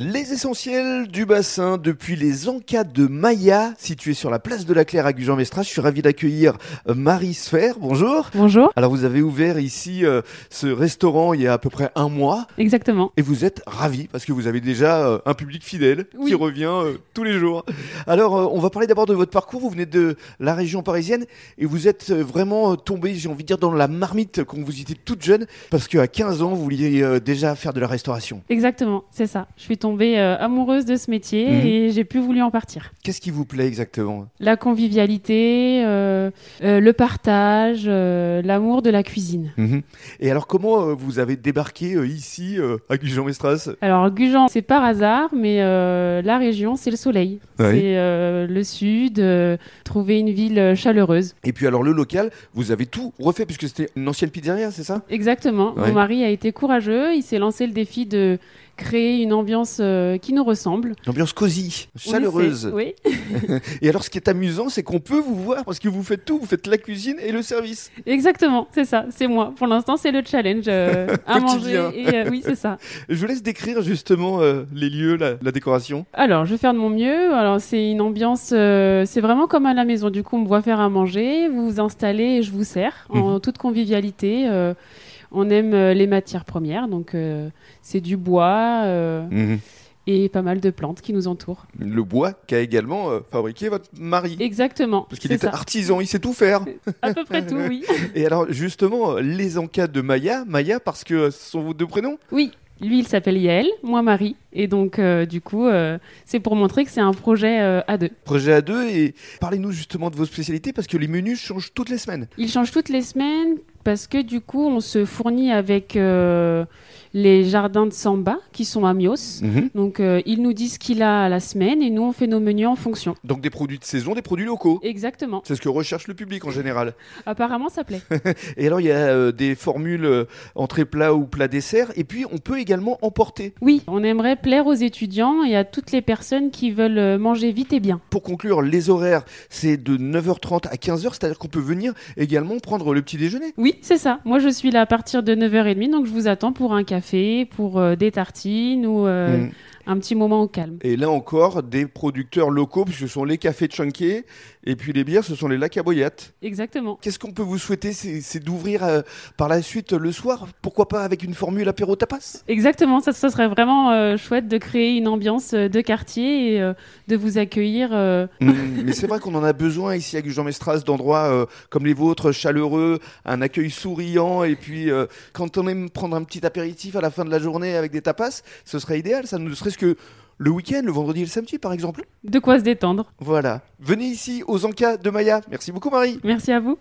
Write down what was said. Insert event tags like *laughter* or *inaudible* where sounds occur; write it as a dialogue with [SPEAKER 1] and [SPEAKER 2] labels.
[SPEAKER 1] Les essentiels du bassin depuis les encas de Maya, situés sur la place de la Claire à Gujan-Mestras. Je suis ravi d'accueillir euh, Marie Sfer. Bonjour.
[SPEAKER 2] Bonjour,
[SPEAKER 1] Alors, vous avez ouvert ici euh, ce restaurant il y a à peu près un mois
[SPEAKER 2] exactement.
[SPEAKER 1] et vous êtes ravi parce que vous avez déjà euh, un public fidèle
[SPEAKER 2] Oui.
[SPEAKER 1] qui revient euh, tous les jours. Alors, euh, on va parler d'abord de votre parcours. Vous venez de la région parisienne et vous êtes euh, vraiment euh, tombé, j'ai envie de dire, dans la marmite quand vous étiez toute jeune parce qu'à 15 ans, vous vouliez euh, déjà faire de la restauration.
[SPEAKER 2] Exactement, c'est ça. Je suis tombée euh, amoureuse de ce métier
[SPEAKER 1] Mhm.
[SPEAKER 2] et j'ai plus voulu en partir.
[SPEAKER 1] Qu'est-ce qui vous plaît exactement
[SPEAKER 2] La convivialité, euh, euh, le partage, euh, l'amour de la cuisine.
[SPEAKER 1] Mhm. Et alors, comment euh, vous avez débarqué euh, ici, euh, à Gujan-Mestras
[SPEAKER 2] Alors Gujan, c'est par hasard, mais euh, la région, c'est le soleil.
[SPEAKER 1] Ouais.
[SPEAKER 2] C'est euh, le sud, euh, trouver une ville euh, chaleureuse.
[SPEAKER 1] Et puis, alors, le local, vous avez tout refait, puisque c'était une ancienne pizzeria, c'est ça
[SPEAKER 2] Exactement,
[SPEAKER 1] Ouais.
[SPEAKER 2] mon mari a été courageux, il s'est lancé le défi de créer une ambiance euh, qui nous ressemble.
[SPEAKER 1] L'ambiance cosy,
[SPEAKER 2] On
[SPEAKER 1] chaleureuse.
[SPEAKER 2] essaie, Oui,
[SPEAKER 1] Et alors, ce qui est amusant, c'est qu'on peut vous voir, parce que vous faites tout, vous faites la cuisine et le service.
[SPEAKER 2] Exactement, c'est ça, c'est moi. Pour l'instant, c'est le challenge euh,
[SPEAKER 1] *laughs*
[SPEAKER 2] à manger.
[SPEAKER 1] Quotidien.
[SPEAKER 2] Et, euh, oui, c'est ça.
[SPEAKER 1] Je vous laisse décrire justement euh, les lieux, la, la décoration.
[SPEAKER 2] Alors, je vais faire de mon mieux. Alors, c'est une ambiance, euh, c'est vraiment comme à la maison. Du coup, on me voit faire à manger, vous vous installez et je vous sers
[SPEAKER 1] Mhm.
[SPEAKER 2] en toute convivialité. Euh, on aime euh, les matières premières, donc euh, c'est du bois euh, et pas mal de plantes qui nous entourent.
[SPEAKER 1] Le bois qu'a également euh, fabriqué votre mari.
[SPEAKER 2] Exactement,
[SPEAKER 1] Parce qu'il
[SPEAKER 2] c'est
[SPEAKER 1] était
[SPEAKER 2] ça.
[SPEAKER 1] artisan, il sait tout
[SPEAKER 2] *laughs*
[SPEAKER 1] faire.
[SPEAKER 2] À peu
[SPEAKER 1] *laughs*
[SPEAKER 2] près tout, oui.
[SPEAKER 1] Et alors, justement, euh, les encas de Maya, Maya parce que euh, ce sont vos deux prénoms
[SPEAKER 2] Oui, lui, il s'appelle Yael, moi Marie. Et donc, euh, du coup, euh, c'est pour montrer que c'est un projet euh, à deux.
[SPEAKER 1] Projet à deux, et parlez-nous justement de vos spécialités, parce que les menus changent toutes les semaines.
[SPEAKER 2] Il change toutes les semaines parce que du coup, on se fournit avec euh, les jardins de Samba qui sont à Mios. Donc, euh, ils nous disent ce qu'il a à la semaine et nous, on fait nos menus en fonction.
[SPEAKER 1] Donc des produits de saison, des produits locaux.
[SPEAKER 2] Exactement.
[SPEAKER 1] C'est ce que recherche le public en général.
[SPEAKER 2] Apparemment, ça plaît.
[SPEAKER 1] Et alors, il y a euh, des formules euh, entrée plat ou plat dessert. Et puis, on peut également emporter.
[SPEAKER 2] Oui, on aimerait plaire aux étudiants et à toutes les personnes qui veulent euh, manger vite et bien.
[SPEAKER 1] Pour conclure, les horaires, c'est de 9h30 à 15h. C'est-à-dire qu'on peut venir également prendre le petit déjeuner.
[SPEAKER 2] Oui, c'est ça. Moi, je suis là à partir de 9h30, donc je vous attends pour un café, pour euh, des tartines ou euh,
[SPEAKER 1] Mm.
[SPEAKER 2] un petit moment au calme.
[SPEAKER 1] Et là encore, des producteurs locaux, puisque ce sont les cafés chunky. Et puis les bières, ce sont les lacaboyates.
[SPEAKER 2] Exactement.
[SPEAKER 1] Qu'est-ce qu'on peut vous souhaiter C'est c'est d'ouvrir euh, par la suite euh, le soir. Pourquoi pas avec une formule apéro tapas
[SPEAKER 2] Exactement, ça, ça serait vraiment euh, chouette de créer une ambiance euh, de quartier et euh, de vous accueillir. euh.
[SPEAKER 1] Mm, *laughs* mais c'est vrai qu'on en a besoin ici à Gujan-Mestras d'endroits euh, comme les vôtres, chaleureux, un accueil souriant. Et puis, euh, quand on aime prendre un petit apéritif à la fin de la journée avec des tapas, ce serait idéal. Ça ne serait-ce que le week-end, le vendredi et le samedi, par exemple.
[SPEAKER 2] de quoi se détendre.
[SPEAKER 1] Voilà. Venez ici aux Ancas de Maya. Merci beaucoup, Marie.
[SPEAKER 2] Merci à vous.